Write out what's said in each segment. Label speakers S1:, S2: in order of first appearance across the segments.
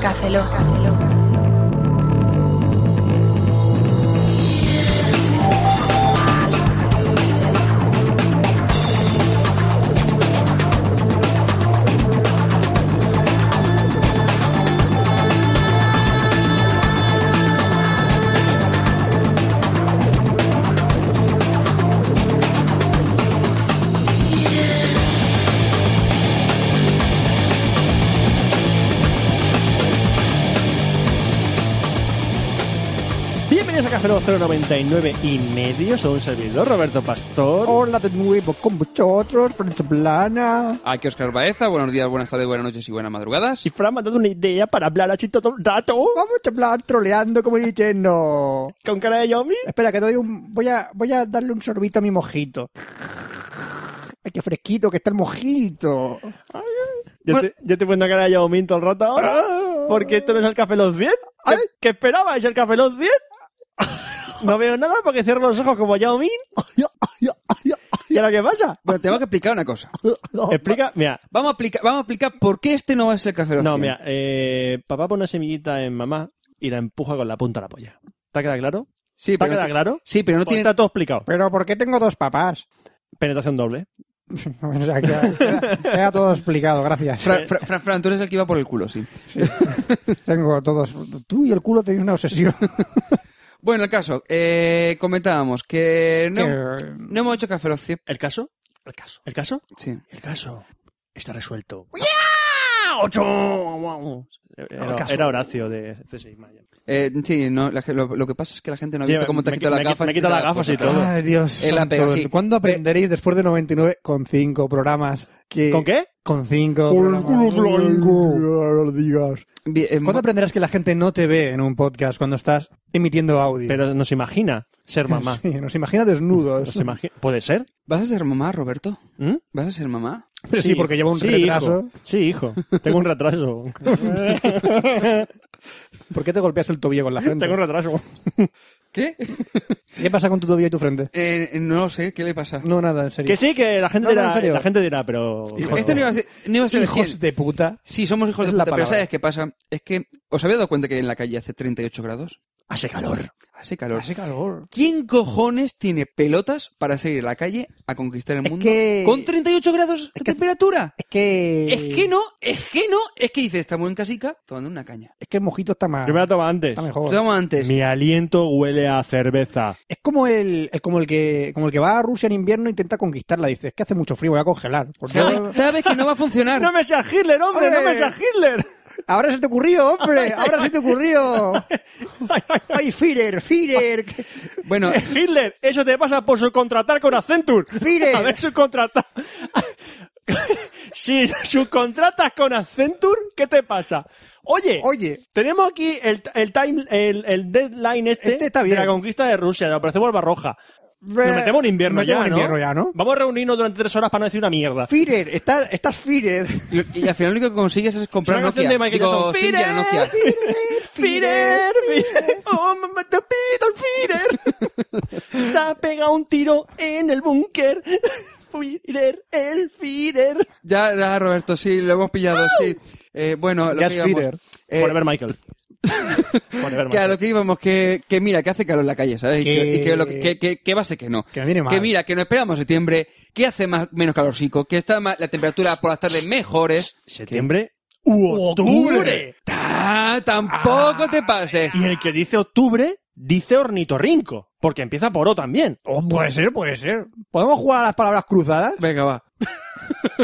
S1: Café Lock. Café Lock.
S2: Bienvenidos a Café Lock 099 y medio. Soy un servidor, Roberto Pastor.
S3: Hola de nuevo con vosotros, Francia Plana.
S4: Aquí Oscar Baeza, buenos días, buenas tardes, buenas noches y buenas madrugadas.
S2: Si Fran me ha dado una idea para hablar así todo el rato,
S3: Vamos a hablar troleando como diciendo.
S2: con cara de Yomi.
S3: Espera, que doy un. Voy a, voy a darle un sorbito a mi mojito. Ay, qué fresquito que está el mojito.
S2: Yo te, yo te pongo cara de Yomi todo el rato ahora. Porque esto no es el Café Los 10. ¿Qué,
S3: Ah. Ay.
S2: qué esperabais? ¿El Café Los 10? No veo nada porque cierro los ojos como Yaomin. ¿Y ahora qué pasa?
S4: Bueno, tengo que explicar una cosa.
S2: Explica, mira.
S4: Vamos a explicar, vamos a explicar por qué este no va a ser el café.
S2: No,
S4: Lock 100.
S2: mira, eh, papá pone semillita en mamá y la empuja con la punta de la polla. ¿Te ha quedado claro?
S4: Sí,
S2: ¿Te ha
S4: pero no
S2: quedado
S4: ti-
S2: claro?
S4: Sí, pero no
S2: Pues
S4: tiene.
S2: Está todo explicado.
S3: Pero ¿por qué tengo dos papás?
S2: Penetración doble.
S3: O sea, queda, queda- queda todo explicado, gracias.
S4: Fra- Fra- Fra- Fran, tú eres el que iba por el culo, sí.
S3: Tengo todos. Tú y el culo tenéis una obsesión.
S4: Bueno, el caso, eh, comentábamos que no,
S3: Que-
S4: no hemos hecho café Lock 100.
S2: ¿El caso? El caso. ¿El caso?
S4: Sí.
S2: El caso está resuelto. ¡Ocho! Era,
S3: caso.
S2: era Horacio de C6 Maya.
S4: Eh, sí, no, la ge- lo, lo que pasa es que la gente no ha
S2: Sí,
S4: visto
S2: me-
S4: cómo te
S2: me
S4: has
S2: qui-
S4: quitado
S2: me
S4: las
S2: qui-
S4: gafas.
S2: me he quitado
S4: te
S2: las
S4: la
S2: gafas y
S4: puesto.
S2: todo.
S3: Ay, Dios.
S4: Él la
S3: santo.
S4: pega aquí.
S3: ¿Cuándo aprenderéis después de 99 con 5 programas que
S2: ¿Con qué?
S3: Con 5
S2: Con el culo
S3: lo digas.
S4: Bien, eh,
S3: ¿Cuándo aprenderás que la gente no te ve en un podcast cuando estás emitiendo audio?
S2: Pero nos imagina ser mamá.
S3: Sí, nos imagina desnudos.
S2: Nos imagi- ¿Puede ser?
S4: ¿Vas a ser mamá, Roberto?
S2: ¿Mm?
S4: ¿Vas a ser mamá?
S3: Sí, porque lleva un
S2: sí,
S3: retraso.
S2: hijo. Sí, hijo. Tengo un retraso.
S3: ¿Por qué te golpeas el tobillo con la frente?
S2: Tengo un retraso.
S4: ¿Qué?
S3: ¿Qué pasa con tu tobillo y tu frente?
S4: Eh, no lo sé, ¿qué le pasa?
S3: No, nada, en serio.
S2: Que sí, que la gente
S3: No, no, en
S2: dirá,
S3: serio.
S2: la gente dirá, pero
S3: Hijos
S4: este
S3: de-
S4: no iba a ser, no iba a ser el 100.
S3: Hijos de puta.
S4: Sí, somos hijos
S3: Es
S4: de
S3: la
S4: puta, pero
S3: palabra.
S4: ¿sabes qué pasa? Es que, ¿os habéis dado cuenta que en la calle hace 38 grados?
S2: hace calor.
S4: Hace calor.
S3: Hace calor.
S4: ¿Quién cojones tiene pelotas para salir a la calle a conquistar el
S3: Es
S4: mundo
S3: que-
S4: con 38 grados de
S3: que- eh,
S4: temperatura?
S3: Es que...
S4: Es que no, es que no, es que dice, estamos en casica tomando una caña.
S3: Es que el mojito está más...
S2: Yo me la tomo antes.
S3: Ah, Está mejor.
S4: Estamos antes.
S2: Mi aliento huele a cerveza.
S3: Es como el, el- como el que como el que va a Rusia en invierno e intenta conquistarla. Dice, es que hace mucho frío, voy a congelar. Por
S4: ¿Sabes,
S3: favor.
S4: sabes que no va a funcionar.
S2: ¡No me seas Hitler, hombre! ¡No me seas Hitler!
S3: Ahora se te ocurrió, hombre. Ahora se te ocurrió. Ay, Führer, Führer.
S4: Bueno,
S2: Hitler, eso te pasa por subcontratar con Accenture.
S3: Mire.
S2: A ver, subcontratar. si subcontratas con Accenture, ¿qué te pasa? Oye,
S3: Oye.
S2: tenemos aquí el, el time, el, el deadline este,
S3: Este está
S2: de
S3: bien.
S2: la conquista de Rusia, de la Operación Barbarroja. Nos
S3: Eh,
S2: metemos en invierno,
S3: nos metemos
S2: ya,
S3: en
S2: ¿no?
S3: invierno ya, ¿no?
S2: Vamos a reunirnos durante tres horas para no decir una mierda.
S3: Führer, estás, estás Führer.
S4: y, y al final lo único que consigues es comprar
S2: Es una
S4: Nokia.
S2: canción de Michael
S4: Digo,
S2: Jackson.
S4: Cintia,
S2: Fire,
S4: Nokia.
S3: Führer,
S2: Führer, Führer, oh, mamá, te pido el Führer. Se ha pegado un tiro en el búnker. Führer, el Führer.
S4: Ya, ya, Roberto, sí, lo hemos pillado, sí. Eh, bueno, lo
S3: Ya es
S4: que íbamos,
S3: Führer.
S4: eh,
S2: Forever Michael. Forever
S4: que a
S2: Michael.
S4: lo que íbamos, que, que mira, que hace calor en la calle, ¿sabes? Y
S3: Que-
S4: que, y que lo que, que, que- que va a ser que no.
S3: Que me viene mal.
S4: Que mira, que no esperamos septiembre, que hace más, menos calorcico, que está más, la temperatura por las tardes mejores.
S2: Septiembre u octubre.
S4: ¡Ah! Tampoco te pases.
S2: Y el que dice octubre dice ornitorrinco, porque empieza por O también.
S3: Oh, puede ser, puede ser. ¿Podemos jugar a las palabras cruzadas?
S4: Venga, va.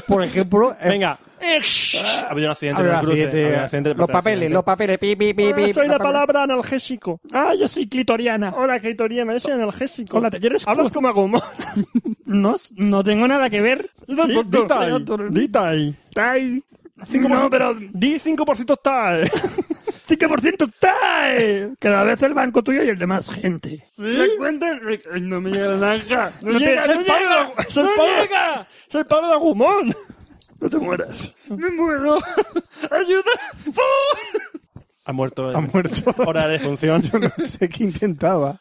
S3: Por ejemplo, eh,
S2: Venga. Ha habido un accidente.
S3: a ver,
S2: en el cruce,
S3: accidente, eh.
S2: ha habido un accidente,
S3: los papeles, los papeles. Pi, pi, pi, pi,
S5: soy la
S3: los papeles.
S5: palabra analgésico. Ah, yo soy clitoriana. Hola, clitoriana, yo soy analgésico. Hola, ¿te quieres? Hablas como agomón. no, no tengo nada que ver.
S2: di tal, di tal.
S5: Tai. No, pero
S2: Di 5% tal.
S5: 5% TAI. Cada vez el banco tuyo y el de más gente. No encuentran... Ay, No me llega la naranja. No,
S2: No te-
S5: llega,
S2: es el
S5: no
S2: palo
S5: llega.
S2: de- es el
S5: no
S2: palo de-
S5: llega.
S2: Es el palo de Agumón.
S5: No te mueras. Me muero. Ayuda.
S2: Ha muerto.
S3: Ha muerto. eh.
S2: Hora de función.
S3: Yo no sé qué intentaba.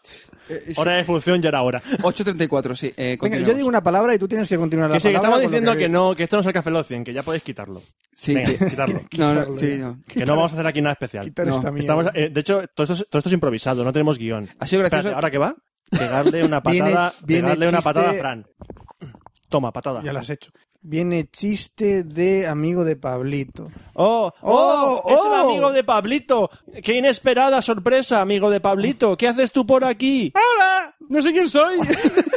S2: Hora de función ya era hora.
S4: 8.34, sí. Eh,
S3: Venga,
S4: continuamos.
S3: yo digo una palabra y tú tienes que continuar la
S2: Que sí, que estamos
S3: palabra con lo
S2: diciendo que no, que esto no es el Café Lock 100, que ya podéis quitarlo.
S4: Sí,
S2: Venga,
S4: que-
S2: quitarlo.
S4: No, no,
S3: Quitarlo
S4: sí,
S3: ya.
S4: no.
S2: que no vamos a hacer aquí nada especial.
S3: Quitar
S4: No,
S3: esta mierda.
S2: Estamos, eh, de hecho, todo esto, es, todo esto es improvisado, no tenemos guión.
S4: Ha sido gracioso.
S2: Espérate, ¿Ahora qué va? Pegarle una
S3: Viene-
S2: patada,
S3: viene
S2: pegarle una
S3: chiste-
S2: patada a Fran. Toma, patada.
S3: Ya lo has hecho. Viene chiste de amigo de Pablito.
S2: ¡Oh! ¡Oh!
S3: ¡Oh!
S2: ¡Es
S3: ¡Oh!
S2: el amigo de Pablito! ¡Qué inesperada sorpresa, amigo de Pablito! ¿Qué haces tú por aquí?
S5: ¡Hola! No sé quién soy.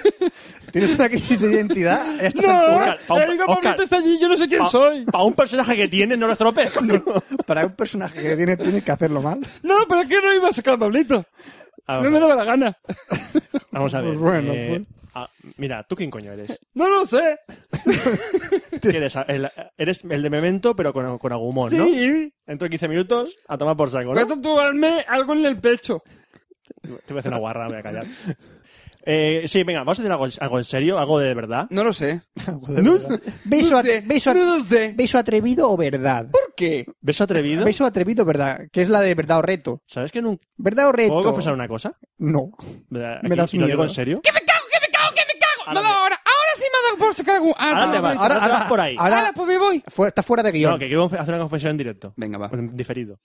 S3: ¿Tienes una crisis de identidad a estas
S5: no,
S2: Oscar,
S3: alturas?
S2: pa' un-
S5: el amigo
S2: Oscar.
S5: Pablito está allí, yo no sé quién
S2: Pa-
S5: soy.
S2: Para un personaje que tiene, no lo estropees.
S3: Para un personaje que tiene, tiene que hacerlo mal.
S5: No, pero es que no iba a sacar a Pablito.
S2: Ah,
S5: No me daba la gana.
S2: Vamos a ver.
S3: Pues bueno,
S2: eh, ah, mira, ¿tú quién coño eres?
S5: No lo sé.
S2: ¿Qué eres? El, eres el de Memento, pero con, con Agumon, ¿no?
S5: Sí.
S2: Dentro de 15 minutos, a tomar por saco,
S5: Voy a
S2: ¿no?
S5: tatuarme algo en el pecho.
S2: Te voy a hacer una guarra, me voy a callar. Eh, sí, venga, vamos a hacer algo, algo en serio, algo de verdad.
S4: No lo sé.
S3: Algo de verdad. Beso,
S4: no
S3: atre-
S4: sé.
S3: beso, at-
S4: no lo sé.
S3: beso atrevido o verdad.
S4: ¿Por qué?
S2: ¿Beso atrevido?
S3: Beso atrevido o verdad, que es la de verdad o reto.
S2: ¿Sabes que nunca...
S3: ¿Verdad o reto?
S2: ¿Puedo confesar una cosa?
S3: No.
S2: Aquí,
S3: das
S2: y lo
S3: miedo.
S2: digo en serio?
S4: ¡Que me cago, que me cago, que me cago!
S2: Ahora
S4: Me ha dado ahora. Ahora sí me ha dado por sacar algún... Ah,
S2: Ahora
S4: no,
S2: te vas,
S4: vale.
S2: ahora, te vas por ahí.
S3: ahora-
S4: Ahora, pues me voy.
S3: Fuera- está fuera de guión.
S2: No, que quiero confe- hacer una confesión en directo.
S4: Venga, va.
S2: En diferido.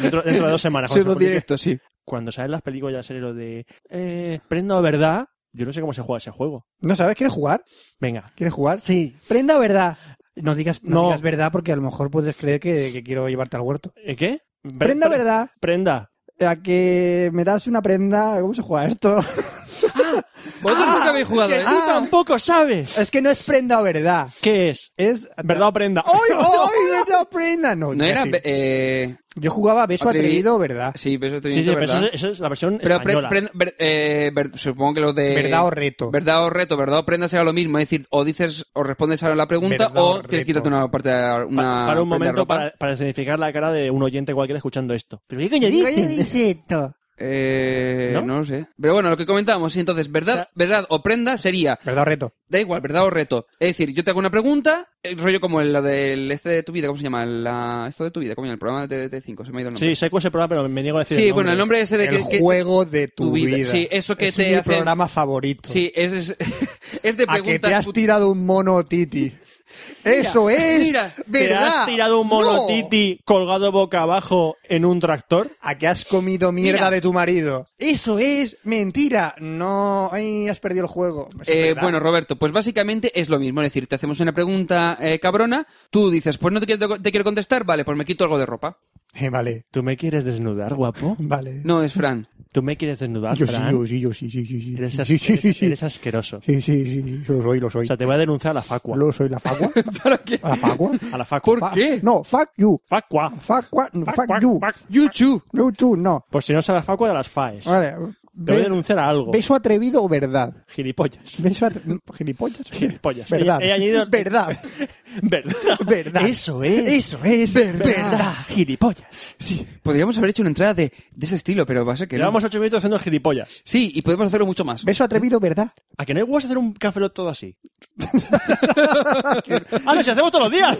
S2: Dentro, dentro de dos semanas. cuando
S4: Pseudo
S2: se publique.
S4: directo, Ah. sí.
S2: Cuando salen las películas ya serio de... Eh, prenda o verdad, yo no sé cómo se juega ese juego.
S3: ¿No sabes? ¿Quieres jugar?
S2: Venga.
S3: ¿Quieres jugar? Sí. Prenda o verdad. No digas, no
S2: No.
S3: digas verdad porque a lo mejor puedes creer que, que quiero llevarte al huerto.
S2: ¿Eh, ¿Qué? Ver-
S3: Prenda o
S2: pre-
S3: verdad.
S2: Prenda.
S3: A que me das una prenda. ¿Cómo se juega esto?
S4: Vosotros nunca habéis jugado,
S2: Que
S4: ¿eh?
S2: tú tampoco sabes.
S3: es que no es prenda o verdad.
S2: ¿Qué es?
S3: Es.
S2: ¿Verdad o prenda?
S3: ¡Ay,
S2: ¡Ay, no!
S3: ay, verdad o prenda! No,
S4: No era...
S3: imbécil.
S4: Eh,
S3: Yo jugaba beso
S4: Atrevi-
S3: atrevido o verdad.
S4: sí, beso
S2: Sí, sí,
S4: atrevido,
S2: pero
S4: ¿verdad?
S2: eso, es- eso es la versión
S4: Pero pre-
S2: española.
S4: prenda- ver- eh, ver- supongo que lo de...
S3: verdad o reto.
S4: Verdad o reto, verdad o prenda será lo mismo. Es decir, o dices o respondes a la pregunta
S3: Verdad o
S4: o tienes
S3: reto.
S4: que quitarte una parte de
S2: Pa-
S4: una
S2: para un
S4: prenda de
S2: momento,
S4: ropa.
S2: para, para escenificar la cara de un oyente cualquiera escuchando esto. ¿Pero qué coño
S3: Digo,
S2: dices?
S3: oye, dice esto.
S4: Eh,
S2: ¿No?
S4: ¿No? lo sé. Pero bueno, lo que comentábamos, sí, entonces, verdad,
S2: O sea,
S4: verdad o prenda sería,
S3: Verdad o reto.
S4: da igual, verdad o reto. Es decir, yo te hago una pregunta, el rollo como el, la del este de tu vida, ¿cómo se llama? La, esto de tu vida, ¿cómo se llama? El programa de TDT5, se me ha ido el nombre.
S2: Sí, sé cuál es el programa, pero me niego a decir
S4: Sí, bueno, el nombre ese de
S3: El
S4: que, que-
S3: juego de tu,
S4: tu vida.
S3: vida.
S4: Sí, eso que
S3: es
S4: te
S3: mi
S4: hacen-
S3: programa favorito.
S4: Sí, es, es, es de
S3: a que te
S4: preguntas.
S3: has
S4: put-
S3: tirado un mono titi. Eso es
S4: mira,
S2: ¿Te
S3: verdad.
S2: has tirado un
S3: No.
S2: monotiti colgado boca abajo en un tractor?
S3: A que has comido mierda
S4: Mira.
S3: de tu marido. Eso es mentira. No, ay, has perdido el juego. Eso es
S4: Eh,
S3: verdad.
S4: bueno, Roberto, pues básicamente es lo mismo. Es decir, te hacemos una pregunta eh, cabrona, tú dices, pues no te quiero, te quiero contestar, vale, pues me quito algo de ropa.
S3: Eh, vale,
S2: ¿Tú me quieres desnudar, guapo?
S3: vale.
S4: No, es Fran.
S2: ¿Tú me quieres desnudar,
S3: yo sí,
S2: Fran?
S3: yo sí, yo sí, sí, sí, sí.
S2: Eres,
S3: sí,
S2: as-
S3: sí, sí,
S2: eres-
S3: sí.
S2: eres asqueroso.
S3: Sí, sí, sí, sí, yo lo soy, lo
S2: O
S3: soy.
S2: sea, te voy a denunciar a la facua.
S3: Lo soy, la facua.
S4: ¿Para qué?
S3: ¿A la facua?
S2: A la facua.
S4: ¿Por
S3: Fa-
S4: qué?
S3: No, fuck you.
S2: Facua.
S3: Facua, no, fuck
S2: Facua,
S3: you.
S2: fac-
S4: YouTube.
S3: No, tú, no.
S2: Por si no es a la facua, de las faes. Te
S3: Vale.
S2: voy a
S3: Be-
S2: denunciar a algo.
S3: beso atrevido o verdad.
S2: Gilipollas.
S3: Beso atrevido. Gilipollas.
S2: Gilipollas.
S3: Verdad.
S2: He, he añadido...
S3: Verdad.
S2: Verdad.
S3: Verdad.
S2: Eso es.
S3: Eso es verdad.
S2: Gilipollas.
S4: Podríamos haber hecho una entrada de, de ese estilo, pero va a ser que no.
S2: Llevamos ocho minutos haciendo gilipollas.
S4: Sí, y podemos hacerlo mucho más.
S3: Beso atrevido, ¿verdad?
S2: ¿A que no hay huevos hacer un cafelot todo así? ah, no, si hacemos todos los días.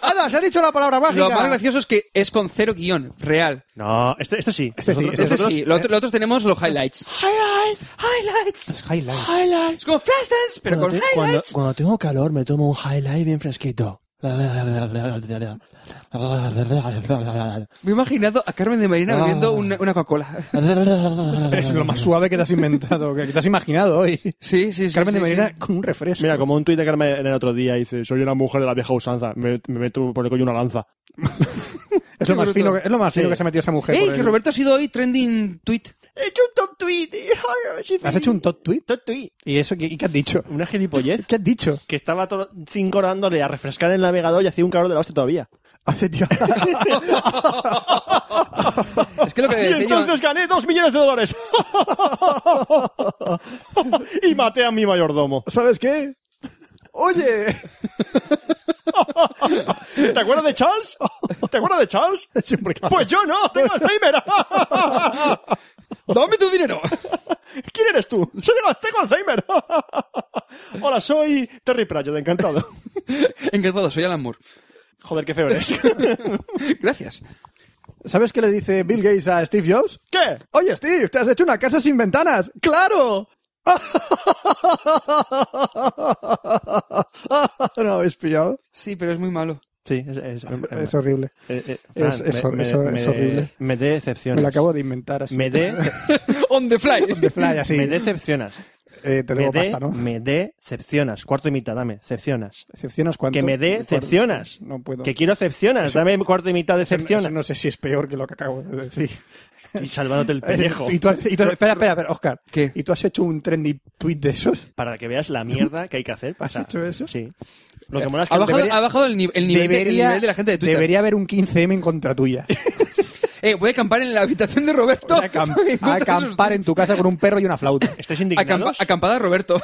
S3: ¡Ada, se ha dicho la palabra mágica!
S4: Lo más gracioso es que es con cero guión, real.
S2: no, este, este sí.
S3: Este sí,
S2: Nosotros-
S4: Este
S2: nosotros-
S4: sí, los otros tenemos los highlights. Pues
S3: Los highlights.
S4: Es como Flashdance, pero con highlights.
S2: tengo calor me tomo un highlight bien fresquito. Eso
S4: Me he imaginado a Carmen de
S3: Ah.
S4: Marina bebiendo una, una Coca-Cola.
S3: Es lo más suave que te has inventado, que te has imaginado hoy.
S4: Sí, sí, sí.
S3: Carmen de
S4: sí, sí.
S3: Medina con un refresco.
S2: Mira, como un tuit de Carmen en el otro día dice, soy una mujer de la vieja usanza, me, me meto por el coño una lanza.
S3: es, lo
S4: qué
S3: más
S4: bruto.
S3: fino que, es lo más fino
S2: Sí.
S3: que se ha metido esa mujer.
S4: ¡Ey,
S3: por
S4: que
S3: el-
S4: Roberto ha sido hoy trending tweet!
S6: He hecho un top tweet.
S3: ¿Has hecho un top tweet? ¿Y eso qué, y qué has dicho?
S2: Una gilipollez
S3: ¿Qué has dicho?
S2: que estaba todo cinco horas dándole a refrescar el navegador y hacía un calor de la hostia todavía.
S3: Hace tío-
S4: Es que lo
S2: Y
S4: que decía yo-
S2: entonces gané dos millones de dólares. y maté a mi mayordomo.
S3: ¿Sabes qué? Oye,
S2: ¿Te acuerdas de Charles? ¿Te acuerdas de Charles?
S3: Siempre que-
S2: Pues yo no, tengo Alzheimer.
S4: ¡Dame tu dinero!
S2: ¿Quién eres tú? Soy de- tengo Alzheimer. Hola, soy Terry Pratchett, encantado.
S4: Encantado, soy Alan Moore.
S2: Joder, qué feo eres.
S4: Gracias.
S3: ¿Sabes qué le dice Bill Gates a Steve Jobs?
S2: ¿Qué?
S3: Oye, Steve, ¿te has hecho una casa sin ventanas? ¡Claro! ¿No lo habéis pillado?
S4: Sí, pero es muy malo.
S2: Sí, es, es,
S3: Es horrible.
S2: eh, eh,
S3: es-
S2: Fran,
S3: es hor- eso- es horrible.
S2: Me
S3: Me
S2: decepcionas.
S3: lo acabo de inventar así.
S2: Me de,
S4: On the fly.
S3: De fly, así.
S2: me decepcionas.
S3: Eh, te
S2: Me,
S3: debo
S2: de,
S3: pasta, ¿no?
S2: me decepcionas. Cuarto y mitad, dame. Decepcionas.
S3: ¿Decepcionas cuánto?
S2: Que me decepcionas.
S3: No puedo.
S2: Que quiero decepcionas. Dame cuarto y mitad
S3: Eso
S2: decepcionas.
S3: No sé si es peor que lo que acabo de decir.
S2: Y salvándote el pellejo.
S3: Y tú has- y tú- espera, espera, espera, Oscar.
S4: ¿Qué?
S3: ¿Y tú has hecho un trendy tweet de esos?
S2: Para que veas la mierda que hay que hacer. O
S3: ¿Has
S2: sea,
S3: hecho eso?
S2: Sí. Lo que mola es que
S4: ha, bajado,
S2: debería-
S4: ha bajado el, ni- el nivel de, el nivel de la gente de Twitter.
S3: Debería haber un 15M en contra tuya.
S4: Eh, voy a acampar en la habitación de Roberto.
S3: Acam-
S4: Encuentra
S3: acampar
S4: sus-
S3: en tu casa con un perro y una flauta.
S2: ¿Estáis
S4: Acampa-
S2: indignados?
S4: acampada Roberto.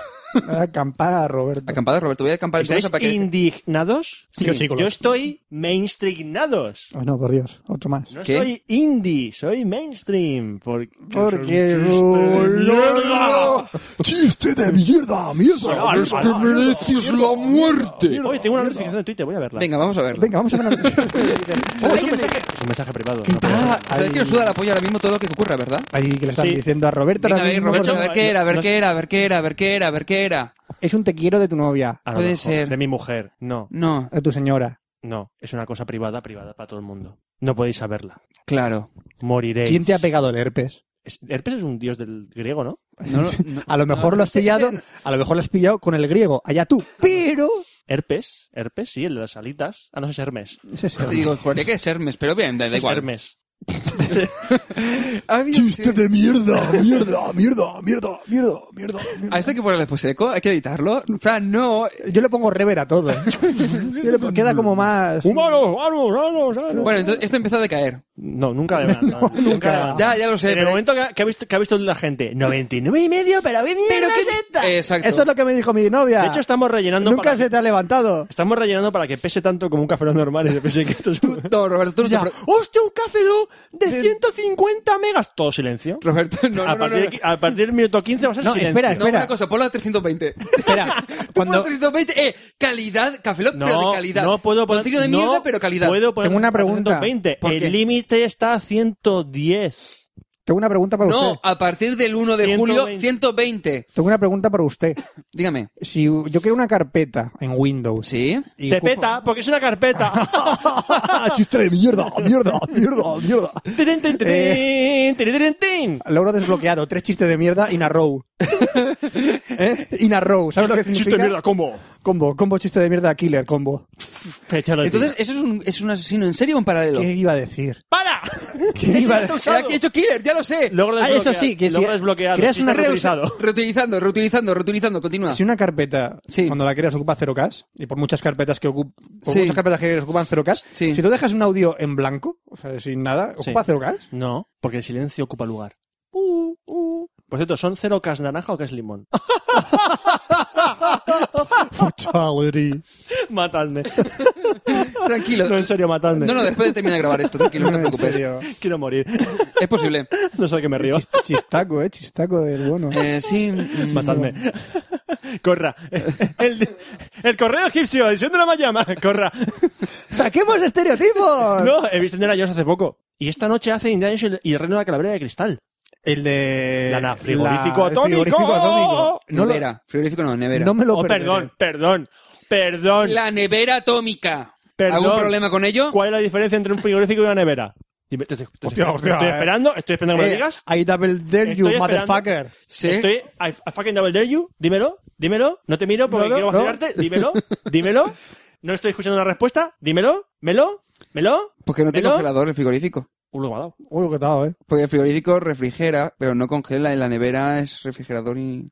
S3: Acampar a Roberto.
S4: Acampada Roberto. Voy a acampar en tu
S2: ¿Estáis
S4: casa para que...
S2: indignados?
S3: Sí. Yo sí, con
S2: Yo
S3: la-
S2: estoy mainstreamados.
S3: Ay, Oh, no, por Dios. Otro más.
S2: No
S4: ¿Qué?
S2: soy indie, soy mainstream. Por...
S3: Porque...
S2: mierda.
S3: ¡Chiste de mierda! ¡Mierda!
S2: Salva, salva,
S3: mereces la muerte!
S2: Oye, tengo una notificación de Twitter, voy a verla.
S4: Venga, vamos a verlo.
S3: Venga, vamos a ver.
S2: Oh,
S4: ¿Sabes
S2: es, un
S4: que-
S2: mensaje, es un mensaje privado.
S3: Ah,
S4: Sabes que nos suda la polla ahora mismo todo lo que ocurra, ¿verdad?
S3: Ahí que le están
S2: Sí.
S3: diciendo a Roberto
S4: Venga, a
S3: ahora
S4: ver,
S3: mismo,
S4: Roberto, a
S3: porque
S4: ver qué era, a ver
S2: no-
S4: qué era, a ver qué era, a ver qué era, a ver qué era.
S3: Es un te quiero de tu novia,
S2: A lo
S4: puede
S2: mejor,
S4: ser.
S2: De mi mujer. No,
S4: No,
S3: de tu señora.
S2: no. Es una cosa privada, privada para todo el mundo. No podéis saberla.
S4: claro.
S2: Moriré.
S3: ¿Quién te ha pegado el herpes?
S2: Herpes es un dios del griego, ¿no?
S4: No, no, no.
S3: A lo mejor
S4: no,
S3: lo has
S4: sí,
S3: pillado,
S4: sí.
S3: a lo mejor lo has pillado con el griego, allá tú. Pero
S2: Herpes, herpes, sí, el de las alitas. Ah, no, ese es Hermes.
S3: Ese es
S4: Te digo, juraría que es Hermes, pero bien, da, da
S2: Ese es
S4: igual.
S2: Hermes.
S4: Ha habido-
S3: de mierda, mierda, mierda, mierda, mierda, mierda,
S4: A esto hay que ponerle después eco, hay que editarlo. Fran, no.
S3: Yo le pongo rever a todo. ¿eh? Yo le pongo- queda como más
S2: ¡Humanos, humanos, humanos, humanos!
S4: Bueno, entonces esto empezó a decaer.
S2: No, nunca de verdad. no, nunca. de verdad.
S4: Ya, ya lo sé.
S2: en el
S4: pero-
S2: momento que ha, que ha visto, que ha visto la gente, 99 y medio, pero bien,
S3: Pero qué
S4: Exacto.
S3: Eso es lo que me dijo mi novia.
S4: Eh,
S2: De hecho, estamos rellenando
S3: Nunca
S2: para...
S3: se te ha levantado.
S2: Estamos rellenando para que pese tanto como un café normal y se piense que esto es... un-
S4: No, Roberto, tú no te
S2: Ya.
S4: pre-
S2: ¡Hostia, un café de 150 megas! Todo silencio.
S4: Roberto, no,
S2: a,
S4: no, no,
S2: partir, de
S4: no.
S2: aquí- a partir del minuto 15 va a ser
S3: No,
S2: silencio.
S3: espera,
S4: No,
S3: espera.
S4: una cosa, ponlo a 320.
S3: Espera,
S4: Tú
S3: cuando
S4: ponlo a 320, eh, calidad, café Lock, pero
S2: No,
S4: de calidad.
S2: no puedo poner...
S4: Contenido de
S2: no
S4: mierda, pero calidad.
S2: puedo poner
S3: Tengo una pregunta.
S2: 120.
S4: ¿Por qué?
S2: El límite está a 110.
S3: tengo una pregunta para
S4: No,
S2: ah.
S3: usted.
S4: a partir del 1 de julio,
S2: 120.
S4: 120.
S3: Tengo una pregunta para usted.
S4: Dígame.
S3: Si yo quiero una carpeta en Windows.
S4: ¿Sí?
S3: y
S2: Te
S3: ocupo-
S2: peta, porque es una carpeta.
S3: Chiste de mierda, mierda, mierda, mierda.
S2: Tirin, tin, tirin, tirin, tirin, tin.
S3: Logro desbloqueado, tres chistes de mierda in a row. ¿Eh? In a row, ¿sabes lo que significa?
S2: Chiste de mierda, ¿cómo?
S3: Combo, combo chiste de mierda killer, combo.
S2: Échalo,
S4: Entonces,
S2: tío.
S4: ¿eso es un, es un asesino en serio o en paralelo?
S3: ¿Qué iba a decir?
S2: ¡Para!
S3: ¿Qué iba a decir?
S4: Era que he hecho killer, ya lo sé.
S2: Logro
S3: Ah,
S2: desbloqueado.
S3: eso sí, que si
S2: logro desbloqueado.
S3: creas
S2: Chiste
S3: una
S4: Reusa-
S2: reutilizado.
S4: Reutilizando, reutilizando, reutilizando,
S2: Ah.
S4: continúa.
S3: Si una carpeta,
S4: Sí.
S3: cuando la creas, ocupa 0K, y por muchas carpetas que ocup- por
S4: Sí.
S3: muchas carpetas que creas ocupan 0K,
S4: Sí.
S3: si tú dejas un audio en blanco, o sea, sin nada,
S2: Sí.
S3: ocupa 0K.
S2: No, porque el silencio ocupa lugar. Uh, uh. Por cierto, ¿son cero cas naranja o cas limón?
S3: Fatality.
S2: matadme.
S4: Tranquilo.
S2: No, en serio, matadme.
S4: No, no, después de terminar de grabar esto, tranquilo, no te
S3: En
S4: preocupes.
S3: serio.
S2: Quiero morir.
S4: Es posible.
S2: No sé de qué me río.
S3: Chis- Chistaco, eh, chistaco del bueno.
S4: Eh, sí. mm,
S2: Matadme. Corra. El, el correo egipcio, edición de la Mayama. Corra.
S3: ¡Saquemos estereotipos!
S2: No, he visto Indiana Jones hace poco. Y esta noche hace Indiana Jones y el reino de la calavera de cristal.
S3: El de...
S2: La- la frigorífico
S3: el
S2: atómico.
S3: frigorífico atómico. No, lo-
S4: Nevera. Frigorífico no, nevera.
S3: no me lo
S2: Oh,
S3: perderé.
S2: perdón, perdón, perdón.
S4: La nevera atómica.
S2: Perdón.
S4: ¿Algún problema con ello?
S2: ¿Cuál es la diferencia entre un frigorífico y una nevera? Dime, te- te- te-
S3: Hostia, hostia,
S2: estoy
S3: eh.
S2: esperando, estoy esperando que me lo
S3: Eh,
S2: digas.
S3: I double dare you,
S2: Estoy esperando.
S3: motherfucker.
S4: Sí.
S2: Estoy, I, I fucking double dare you. Dímelo, dímelo. No te miro porque
S3: No, no,
S2: quiero
S3: no.
S2: vacilarte. Dímelo, dímelo. No estoy escuchando una respuesta. Dímelo, melo, melo.
S4: Porque no tiene
S2: ¿Melo?
S4: congelador el frigorífico.
S2: Uh, lo que me ha dado.
S3: Uy, qué tal, eh.
S4: Porque el frigorífico refrigera, pero no congela. En la nevera es refrigerador y...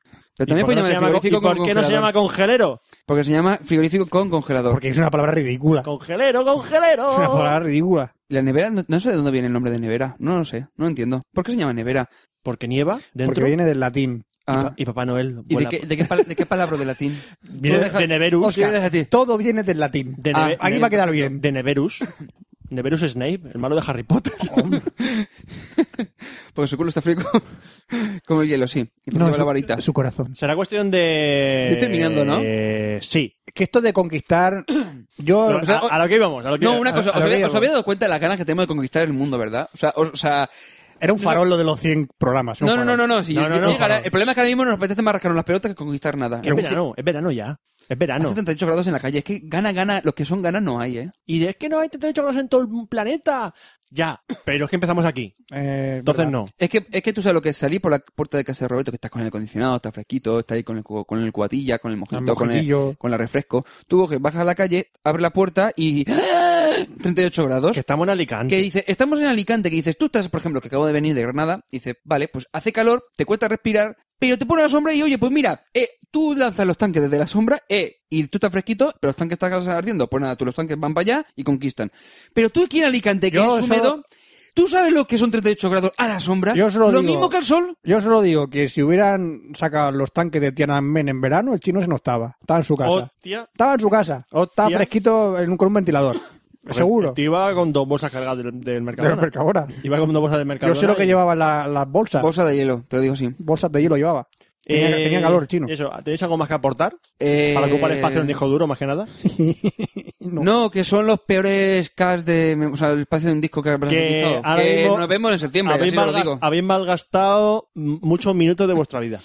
S2: ¿Y
S4: Pero también
S2: por qué
S4: puede
S2: no se llama
S4: llamar
S2: co-
S4: frigorífico
S2: ¿Y por
S4: con
S2: qué no se llama
S4: congelador.
S2: congelero?
S4: Porque se llama frigorífico con congelador.
S3: Porque es una palabra ridícula.
S2: Congelero,
S3: Es una palabra
S2: congelero.
S3: ridícula.
S4: La nevera, no, no sé de dónde viene el nombre de nevera. No lo sé, no lo entiendo. ¿Por qué se llama nevera?
S2: Porque nieva
S3: Porque
S2: dentro.
S3: viene del latín.
S2: y,
S4: Ah,
S2: pa- y Papá Noel.
S4: ¿Y de
S2: vuela.
S4: qué, de, qué pal- de qué palabra de latín?
S2: Viene
S4: Tú
S2: de,
S4: deja-
S2: de Neverus.
S4: Oscar,
S2: de
S4: déjate.
S3: Todo viene del latín.
S2: neve-
S4: Ah,
S3: Aquí
S2: de-
S3: va a quedar bien.
S2: De Neverus. Neverus Snape, el malo de Harry Potter.
S4: Porque su culo está frío como, como el hielo, sí. Y
S7: No,
S4: lleva
S7: su-
S4: la varita.
S7: su corazón.
S2: Será cuestión de...
S4: De ir terminando, ¿no?
S2: Eh, sí.
S3: Que esto de conquistar. Yo.
S2: Pero a, a lo que íbamos, a lo que
S4: No, una
S2: a-
S4: cosa,
S3: a
S4: os
S3: lo
S4: había,
S3: que
S4: os había
S3: íbamos.
S4: dado cuenta de las ganas que tenemos de conquistar el mundo, ¿verdad? O sea, o, o sea
S3: Era un farol lo de los 100 programas.
S4: no, no, no, no, no, sí,
S2: No, no, no,
S4: llega-
S2: ojalá.
S4: El problema es que ahora mismo nos apetece más rascarnos las pelotas que conquistar nada.
S2: Ah, Es verano, es verano ya. Es verano.
S4: Hace 38 grados en la calle, es que gana, gana, los que son ganas no hay, ¿eh?
S2: Y de, es que no hay 38 grados en todo el planeta. Ya, pero es que empezamos aquí.
S3: Eh,
S2: Entonces no.
S4: Es que, es que tú sabes lo que es salir por la puerta de casa de Roberto, que estás con el acondicionado, está fresquito, está ahí con el, cu- con el cuatilla, con el mojito, con el,
S3: Yo.
S4: con la refresco. Tú coges, bajas a la calle, abres la puerta y... ¡Ah! 38 grados.
S2: Que estamos en Alicante.
S4: Que dice, estamos en Alicante, que dices, tú estás, por ejemplo, que acabo de venir de Granada, y dices, vale, pues hace calor, te cuesta respirar, pero te pone la sombra y oye, pues mira, eh, tú lanzas los tanques desde la sombra, eh, y tú estás fresquito, pero los tanques están ardiendo. Pues nada, tú los tanques van para allá y conquistan. Pero tú aquí en Alicante, que
S3: Yo
S4: es
S3: solo-
S4: húmedo, tú sabes lo que son 38 grados a la sombra,
S3: Yo solo
S4: lo
S3: digo-
S4: mismo que al sol.
S3: Yo solo digo que si hubieran sacado los tanques de Tiananmen en verano, el chino se no estaba. Estaba en su casa.
S2: Hostia.
S3: Estaba en su casa.
S2: Hostia.
S3: Estaba fresquito en un- con un ventilador. Seguro.
S2: Te iba con dos bolsas cargadas del, del
S3: De la
S2: mercado.
S3: Mercadona.
S2: Iba con dos bolsas del mercado.
S3: Yo sé lo que llevaba la- las bolsas.
S4: Bolsa de hielo, te lo digo así.
S3: Bolsas de hielo llevaba. Tenía, tenía calor chino.
S2: Eh, Eso, ¿tenéis algo más que aportar?
S4: Eh,
S2: Para ocupar espacio en disco duro, más que nada.
S4: No. que son los peores cas de... O sea, el espacio de un disco que has
S2: Que,
S4: utilizado.
S2: ahora
S4: Que
S2: mismo
S4: nos vemos en septiembre,
S2: habéis,
S4: así os lo
S2: malgas-
S4: digo.
S2: habéis malgastado m- muchos minutos de vuestra vida.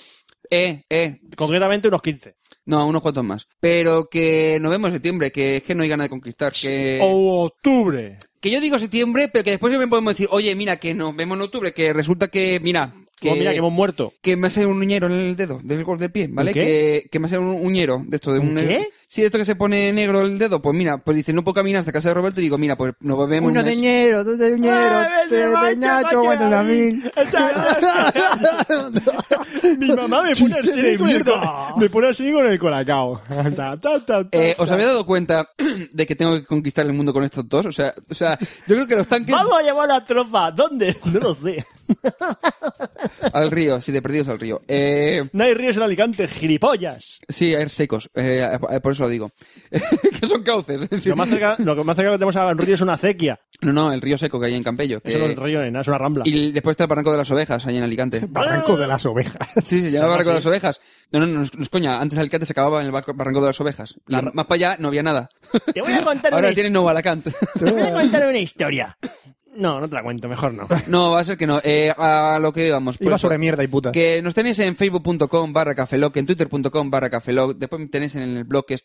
S4: Eh, eh,
S2: Concretamente unos 15.
S4: No, unos cuantos más. Pero que nos vemos en septiembre, que es que no hay ganas de conquistar. Que,
S2: O octubre.
S4: que yo digo septiembre, pero que después siempre podemos decir, oye, mira, que nos vemos en octubre, que resulta que, mira, que,
S2: Pues mira, que hemos muerto.
S4: que me ha salido un uñero en el dedo, del gol del pie, ¿vale?
S2: ¿Un qué?
S4: Que, que me ha salido un uñero de esto, de
S2: ¿Un
S4: un...
S2: qué?
S4: Sí, de esto que se pone negro el dedo. Pues mira, pues dice, no puedo caminar hasta casa de Roberto y digo, mira, pues nos vemos en
S3: Uno
S4: un
S3: de
S4: mes.
S3: ñero, dos de ñero, tres de ñacho, cuatro de mil.
S2: Mi mamá me pone
S3: Chiste
S2: así
S3: de
S2: con el
S3: mierda.
S2: cola- Me pone así con el colacao. Ta, ta, ta, ta,
S4: Eh, ¿Os
S2: ta.
S4: habéis dado cuenta de que tengo que conquistar el mundo con estos dos? O sea, o sea yo creo que los tanques...
S2: Vamos a llevar a la tropa. ¿Dónde? No lo sé.
S4: Al río, sí, de perdidos al río. Eh...
S2: No hay ríos en Alicante, gilipollas.
S4: Sí, air secos, eh, eh, por eso lo digo. que son cauces. es decir.
S2: Lo más cerca, lo que más cerca que tenemos a Río es una acequia.
S4: No, no, el río seco que hay en Campello.
S2: Eso
S4: que-
S2: no es río, nena, es una rambla.
S4: Eh, Y después está el barranco de las ovejas, ahí en Alicante.
S3: Barranco de las ovejas.
S4: Sí, se llama
S2: llama
S4: barranco de las
S2: así.
S4: ovejas. No, no, no, no es coña. Antes Alicante se acababa en el barco- barranco de las ovejas. La- más para allá no había nada.
S2: Te voy a contar
S4: Ahora
S2: una
S4: tiene Nuevo Alacant.
S2: Te voy a contar una historia. No, no te la cuento, mejor no.
S4: no, va a ser que no. Eh, a lo que íbamos. pues, por
S3: Iba
S4: eso,
S3: sobre mierda y puta.
S4: Que nos tenéis en facebook.com barra cafeloc, en twitter.com barra cafeloc, después me tenéis en el blog que es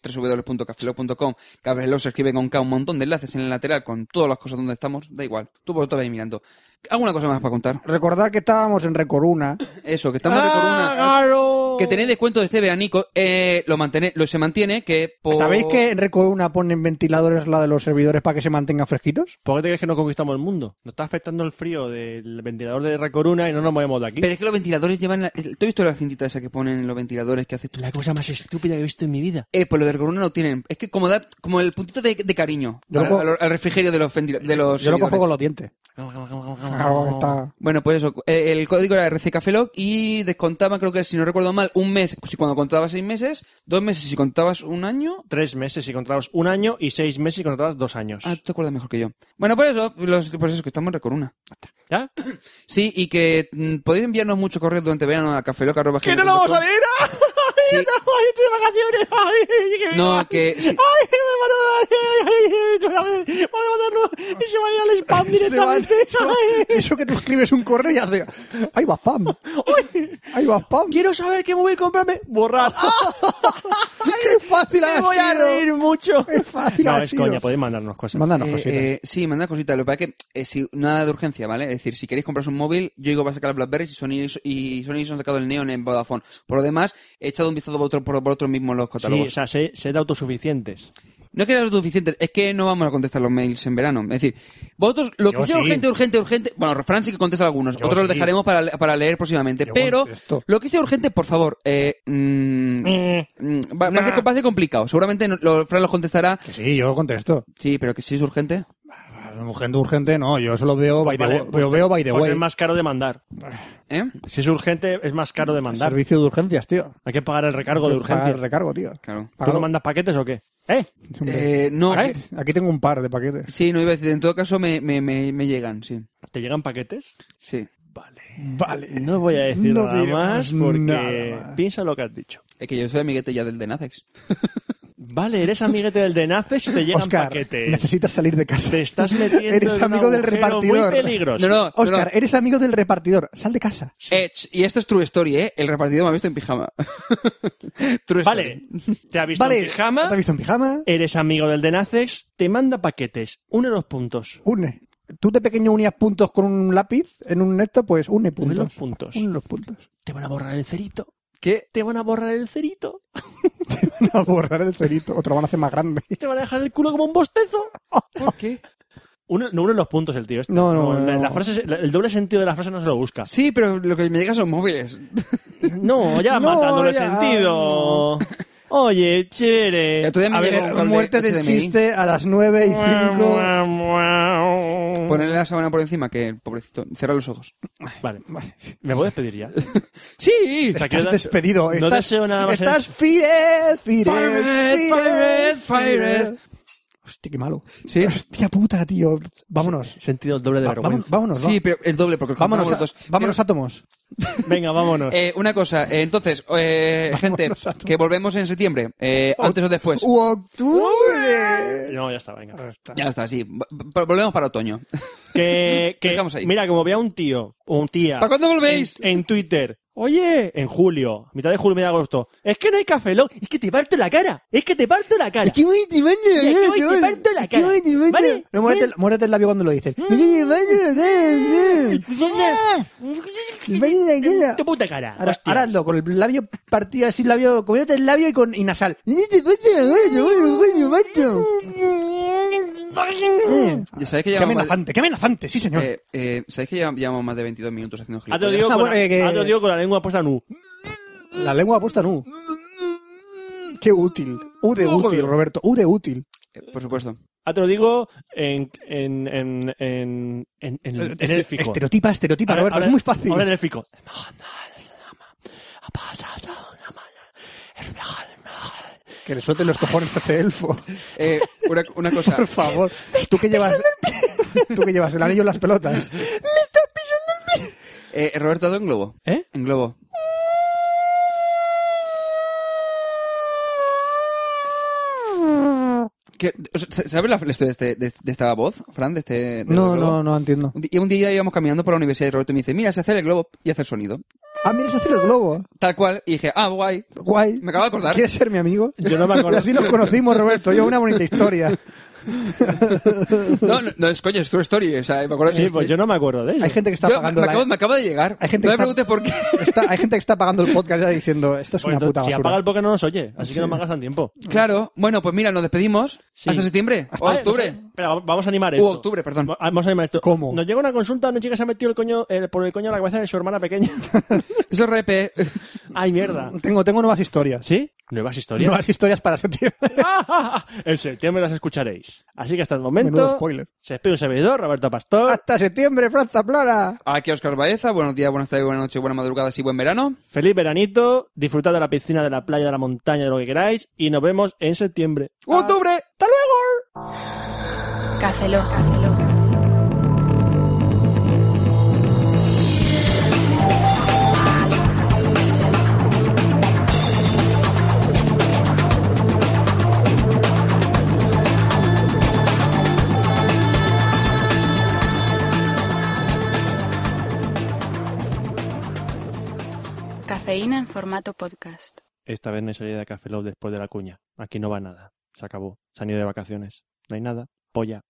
S4: www.cafeloc.com, cafeloc se escribe con K, un montón de enlaces en el lateral con todas las cosas donde estamos, da igual, tú por todo vais mirando. ¿Alguna cosa más para contar?
S3: Recordar que estábamos en Recoruna.
S4: Eso, que estamos
S3: Ah,
S4: de
S2: ¿eh?
S4: corona. Que tenéis descuento de este veranico, eh, lo mantené, lo se mantiene, que por...
S3: ¿Sabéis que en Recoruna ponen ventiladores la de los servidores para que se mantengan fresquitos?
S2: ¿Por qué te crees que no conquistamos el mundo? Nos está afectando el frío del ventilador de Recoruna y no nos movemos de aquí.
S4: Pero es que los ventiladores llevan... La... ¿Tú has visto la cintita esa que ponen en los ventiladores que hace tú?
S2: la cosa más estúpida que he visto en mi vida.
S4: Eh, pues lo de corona no tienen. Es que como da como el puntito de, de cariño
S3: Yo lo
S4: al,
S3: cojo-
S4: al- al refrigerio de los, ventila- de los
S3: Yo lo cojo
S4: servidores.
S3: con los dientes. Ahora está-
S4: Bueno, pues eso, eh, el código era RC Cafeloc y descontaba, creo que si no recuerdo mal, un mes, si cuando contabas seis meses, dos meses si contabas un año.
S2: Tres meses y contratabas un año y seis meses y contratabas dos años.
S4: Ah, tú te acuerdas mejor que yo. Bueno, pues eso, los, pues eso, que estamos en Recoruna.
S2: ¿Ya?
S4: Sí, y que mm, podéis enviarnos muchos correos durante verano a cafeloc.com.
S2: ¡Que no lo vamos a leer! ¡Ay,
S4: Sí.
S2: ya estamos de vacaciones! ¡Ay, que me
S4: No,
S2: va-
S4: que sí.
S2: ¡Ay, me van a... ¡Ay, ay, ay! ¡Van a mandarlo! ¡Y se van a ir al spam directamente! ¡Ay!
S3: Eso que tú escribes un correo y hace. ¡Ahí va spam! ¡Ahí va spam!
S2: Quiero saber qué móvil comprarme. Borrar.
S3: ¡Qué fácil ha
S2: Me voy a
S3: sido!
S2: reír mucho.
S3: ¡Qué fácil
S2: No,
S3: ha
S2: es
S3: sido!
S2: coña, podéis mandarnos cosas.
S3: Mándanos
S4: Eh,
S3: cositas.
S4: eh, sí, mandad cositas. Lo que pasa es que eh, si, nada de urgencia, ¿vale? Es decir, si queréis compraros un móvil, yo digo va a sacar la BlackBerry y Sony, y Sony se han sacado el Neon en Vodafone. Por lo demás, he echado un vistazo por otro, por, por otro mismo en los
S2: Sí,
S4: catálogos.
S2: o sea, sed, sed autosuficientes.
S4: No es que sean suficientes, es que no vamos a contestar los mails en verano. Es decir, vosotros, lo que
S3: Yo
S4: sea
S3: sí.
S4: urgente, urgente, urgente. Bueno, Fran sí que contesta algunos, otros los
S3: sí.
S4: dejaremos para, le- para leer próximamente.
S3: Yo
S4: pero
S3: contesto.
S4: lo que sea urgente, por favor, eh, mm, mm, va, va a ser, va a ser complicado. Seguramente no- lo- Fran los contestará.
S3: Que sí, yo contesto.
S4: Sí, pero que si es urgente.
S3: Urgente, urgente, no. Yo solo veo by the,
S2: Vale,
S3: way- yo veo by the
S2: Pues
S3: way.
S2: es más caro de mandar.
S4: ¿eh?
S2: Si es urgente, es más caro de mandar.
S3: Servicio de urgencias, tío.
S2: Hay que pagar el recargo de
S3: Pagar
S2: urgencia.
S3: recargo, tío.
S4: Claro.
S2: ¿Tú no
S3: Págalo.
S2: mandas paquetes o qué? ¿Eh?
S3: Hombre.
S4: Eh, no,
S3: Aquí- Aquí tengo un par de paquetes.
S4: sí, no iba a decir. En todo caso, me, me, me, me llegan, sí.
S2: ¿Te llegan paquetes?
S4: Sí.
S2: Vale.
S3: Vale.
S2: No voy a decir
S3: Eh, No
S2: nada
S3: diremos
S2: más porque
S3: nada más.
S2: piensa lo que has dicho.
S4: Es que yo soy amiguete ya del de Nacex.
S2: Vale, eres amiguete del de Naces y te llegan
S3: Oscar,
S2: paquetes.
S3: necesitas salir de casa.
S2: Te estás metiendo
S3: Eres
S2: en un
S3: amigo del
S2: agujero
S3: repartidor.
S2: Muy peligroso.
S4: No, no, no,
S3: Oscar,
S4: no.
S3: eres amigo del repartidor. Sal de casa.
S4: Eh, ch, y esto es true story, ¿eh? El repartidor me ha visto en pijama. true story.
S2: Vale, te ha visto
S3: Vale.
S2: en pijama,
S3: ¿Te has visto en pijama?
S2: eres amigo del de Naces, te manda paquetes. Uno de los puntos.
S3: Une. Tú de pequeño unías puntos con un lápiz en un neto, pues une
S2: Uno de los
S3: puntos.
S2: puntos.
S3: Une los puntos.
S2: Te van a borrar el cerito.
S4: ¿Qué?
S2: Te van a borrar el cerito.
S3: A borrar el cerito. Otro van a hacer más grande.
S2: Te van a dejar el culo como un bostezo.
S4: ¿Por qué?
S2: Uno, no uno de los puntos el tío este.
S3: No, no,
S2: la-
S3: no.
S2: la frase se- la- el doble sentido de la frase no se lo busca.
S4: Sí, pero lo que me llega son móviles.
S3: Mm.
S2: No, ya
S3: No,
S2: matándole
S3: ya.
S2: sentido. Oye, Ah,
S4: El
S2: chévere.
S4: otro día me
S3: A
S4: llegó un
S3: ver,
S4: call de
S3: muerte del
S4: HDMI.
S3: chiste a las 9 y 5.
S4: Ponerle la sábana por encima, que pobrecito. Cierra los ojos.
S2: Vale, me voy a despedir ya.
S4: ¡Sí!
S2: sea,
S3: Estás
S2: que-
S3: despedido.
S2: no
S3: estás,
S2: deseo nada más en-
S3: Estás fired, fired,
S4: Fired,
S3: fired,
S4: fired, fired.
S3: Hostia, qué malo.
S4: Sí.
S3: Hostia puta, tío. Vámonos.
S2: Sentido el doble de
S3: Va-
S2: vergüenza.
S3: vámonos, vámonos.
S4: Sí, pero el doble, porque
S3: vámonos.
S4: los
S3: Vámonos,
S4: dos.
S3: a- vámonos átomos.
S2: Venga, vámonos.
S4: Eh, una cosa, eh, entonces, eh, gente,
S3: Vámonos a tu- Uh.
S4: que volvemos en septiembre, eh, antes o después.
S3: ¡U octubre!
S2: No, ya está, venga.
S4: Ya está, sí. Va- va- Volvemos para otoño.
S2: Que, que-
S4: Dejamos ahí.
S2: Mira, como vea un tío o un tía
S4: ¿Para cuándo volvéis?
S2: en,
S3: Eh,
S2: en Twitter. Oye, en julio, mitad de julio, mitad de agosto. Es que no hay café, Lock. Es que te parto la cara. Es que te parto la cara.
S3: voy a llevarlo,
S2: Y aquí voy, te
S3: eh, chaval.
S2: parto la
S3: Aquí
S2: cara.
S3: voy, te parto.
S2: ¿Vale? Mm.
S3: No, muérete, el- muérete el labio cuando lo dices. Te voy a llevarlo, eh, eh. Te parto la cara.
S2: Tu puta cara.
S3: Ahora,
S2: Hostias.
S3: ahora hazlo, con el labio partido así, el labio, comiéndote el labio y con y nasal.
S2: Mm.
S3: Eh,
S4: Ya sabéis que
S3: Qué
S4: llevamos más,
S3: amenazante, qué amenazante, sí señor.
S4: eh, eh, ¿sabéis que lleva- llevamos más de 22 minutos haciendo
S2: Ah, te lo
S4: gilipollas?
S2: digo
S3: Ah,
S2: con,
S3: bueno, eh, que-
S2: ah, te lo digo con la lengua puesta en U.
S3: La lengua puesta en U. Qué útil. U de útil, Roberto. U de útil.
S4: Eh, Por supuesto.
S2: Ah, te lo digo en, en, en, en, en, en, el- en el
S3: Este-
S2: fico.
S3: Estereotipa, estereotipa,
S2: Ahora-
S3: Roberto.
S2: ahora-
S3: es muy fácil.
S2: Ahora en el fico.
S3: Que le suelten los cojones a ese elfo.
S4: Eh, una, una cosa.
S3: Por favor. Tú que llevas. Tú que llevas el anillo en las pelotas.
S4: Eh, Roberto, ¿ha dado en globo?
S2: ¿Eh?
S4: En globo. ¿Qué- o sea, ¿Sabes la, la historia de, este- de- de esta voz, Fran? De este, de
S3: No,
S4: globo?
S3: no, no entiendo.
S4: Un di- Y un día íbamos caminando por la universidad y Roberto me dice, mira, se hace el globo y hace el sonido.
S3: Ah, mira, se hace el globo.
S4: Tal cual. Y dije, ah, guay.
S3: Guay.
S4: Me acabo de acordar.
S3: ¿Quieres ser mi amigo?
S2: Yo no me
S3: Y
S2: acuerdo.
S3: así nos conocimos, Roberto. Yo, una bonita historia.
S4: No, no, no, es coño, es true story. O sea, me acuerdo este.
S2: Sí, pues yo no me acuerdo de ello.
S3: Hay gente que está
S4: Yo-
S3: pagando
S4: me,
S3: la-
S4: acabo, me acaba de llegar.
S3: Hay gente
S4: no me
S3: que
S4: preguntes
S3: está-
S4: por qué.
S3: Está- hay gente que está pagando el podcast ya diciendo esto es
S2: Pues
S3: una
S2: entonces,
S3: puta
S2: si apaga
S3: basura.
S2: el porque no nos oye, así que no me hagas tan tiempo.
S4: Claro. Bueno, pues mira, nos despedimos.
S2: Sí.
S4: Hasta septiembre. o
S2: Ah,
S4: Oh, octubre.
S2: entonces, espera, va- vamos a animar
S4: U
S2: esto.
S4: octubre, perdón.
S2: Va- Vamos a animar esto.
S3: ¿Cómo?
S2: Nos llega una consulta de una chica que se ha metido el coño, eh, por el coño a la cabeza de su hermana pequeña.
S4: Eso es RP.
S2: Ay, mierda.
S3: Tengo, tengo nuevas historias.
S2: ¿Sí? Nuevas historias.
S3: Nuevas historias para septiembre.
S2: en septiembre las escucharéis. Así que hasta el
S3: Menudo
S2: momento.
S3: spoiler. Ah.
S2: Se despide un servidor, Roberto Pastor.
S3: Hasta septiembre, Franza Plana.
S4: Aquí Oscar Baeza. Buenos días, buenas tardes, buenas noches, buenas madrugadas y buen verano.
S2: Feliz veranito. Disfrutad de la piscina, de la playa, de la montaña, de lo que queráis. Y nos vemos en septiembre.
S4: ¡Octubre!
S1: Café Lock. Café Lock. Cafeína en formato podcast.
S2: Esta vez no hay salida de Café Love después de la cuña. Aquí no va nada. Se acabó. Se han ido de vacaciones. No hay nada. Polla.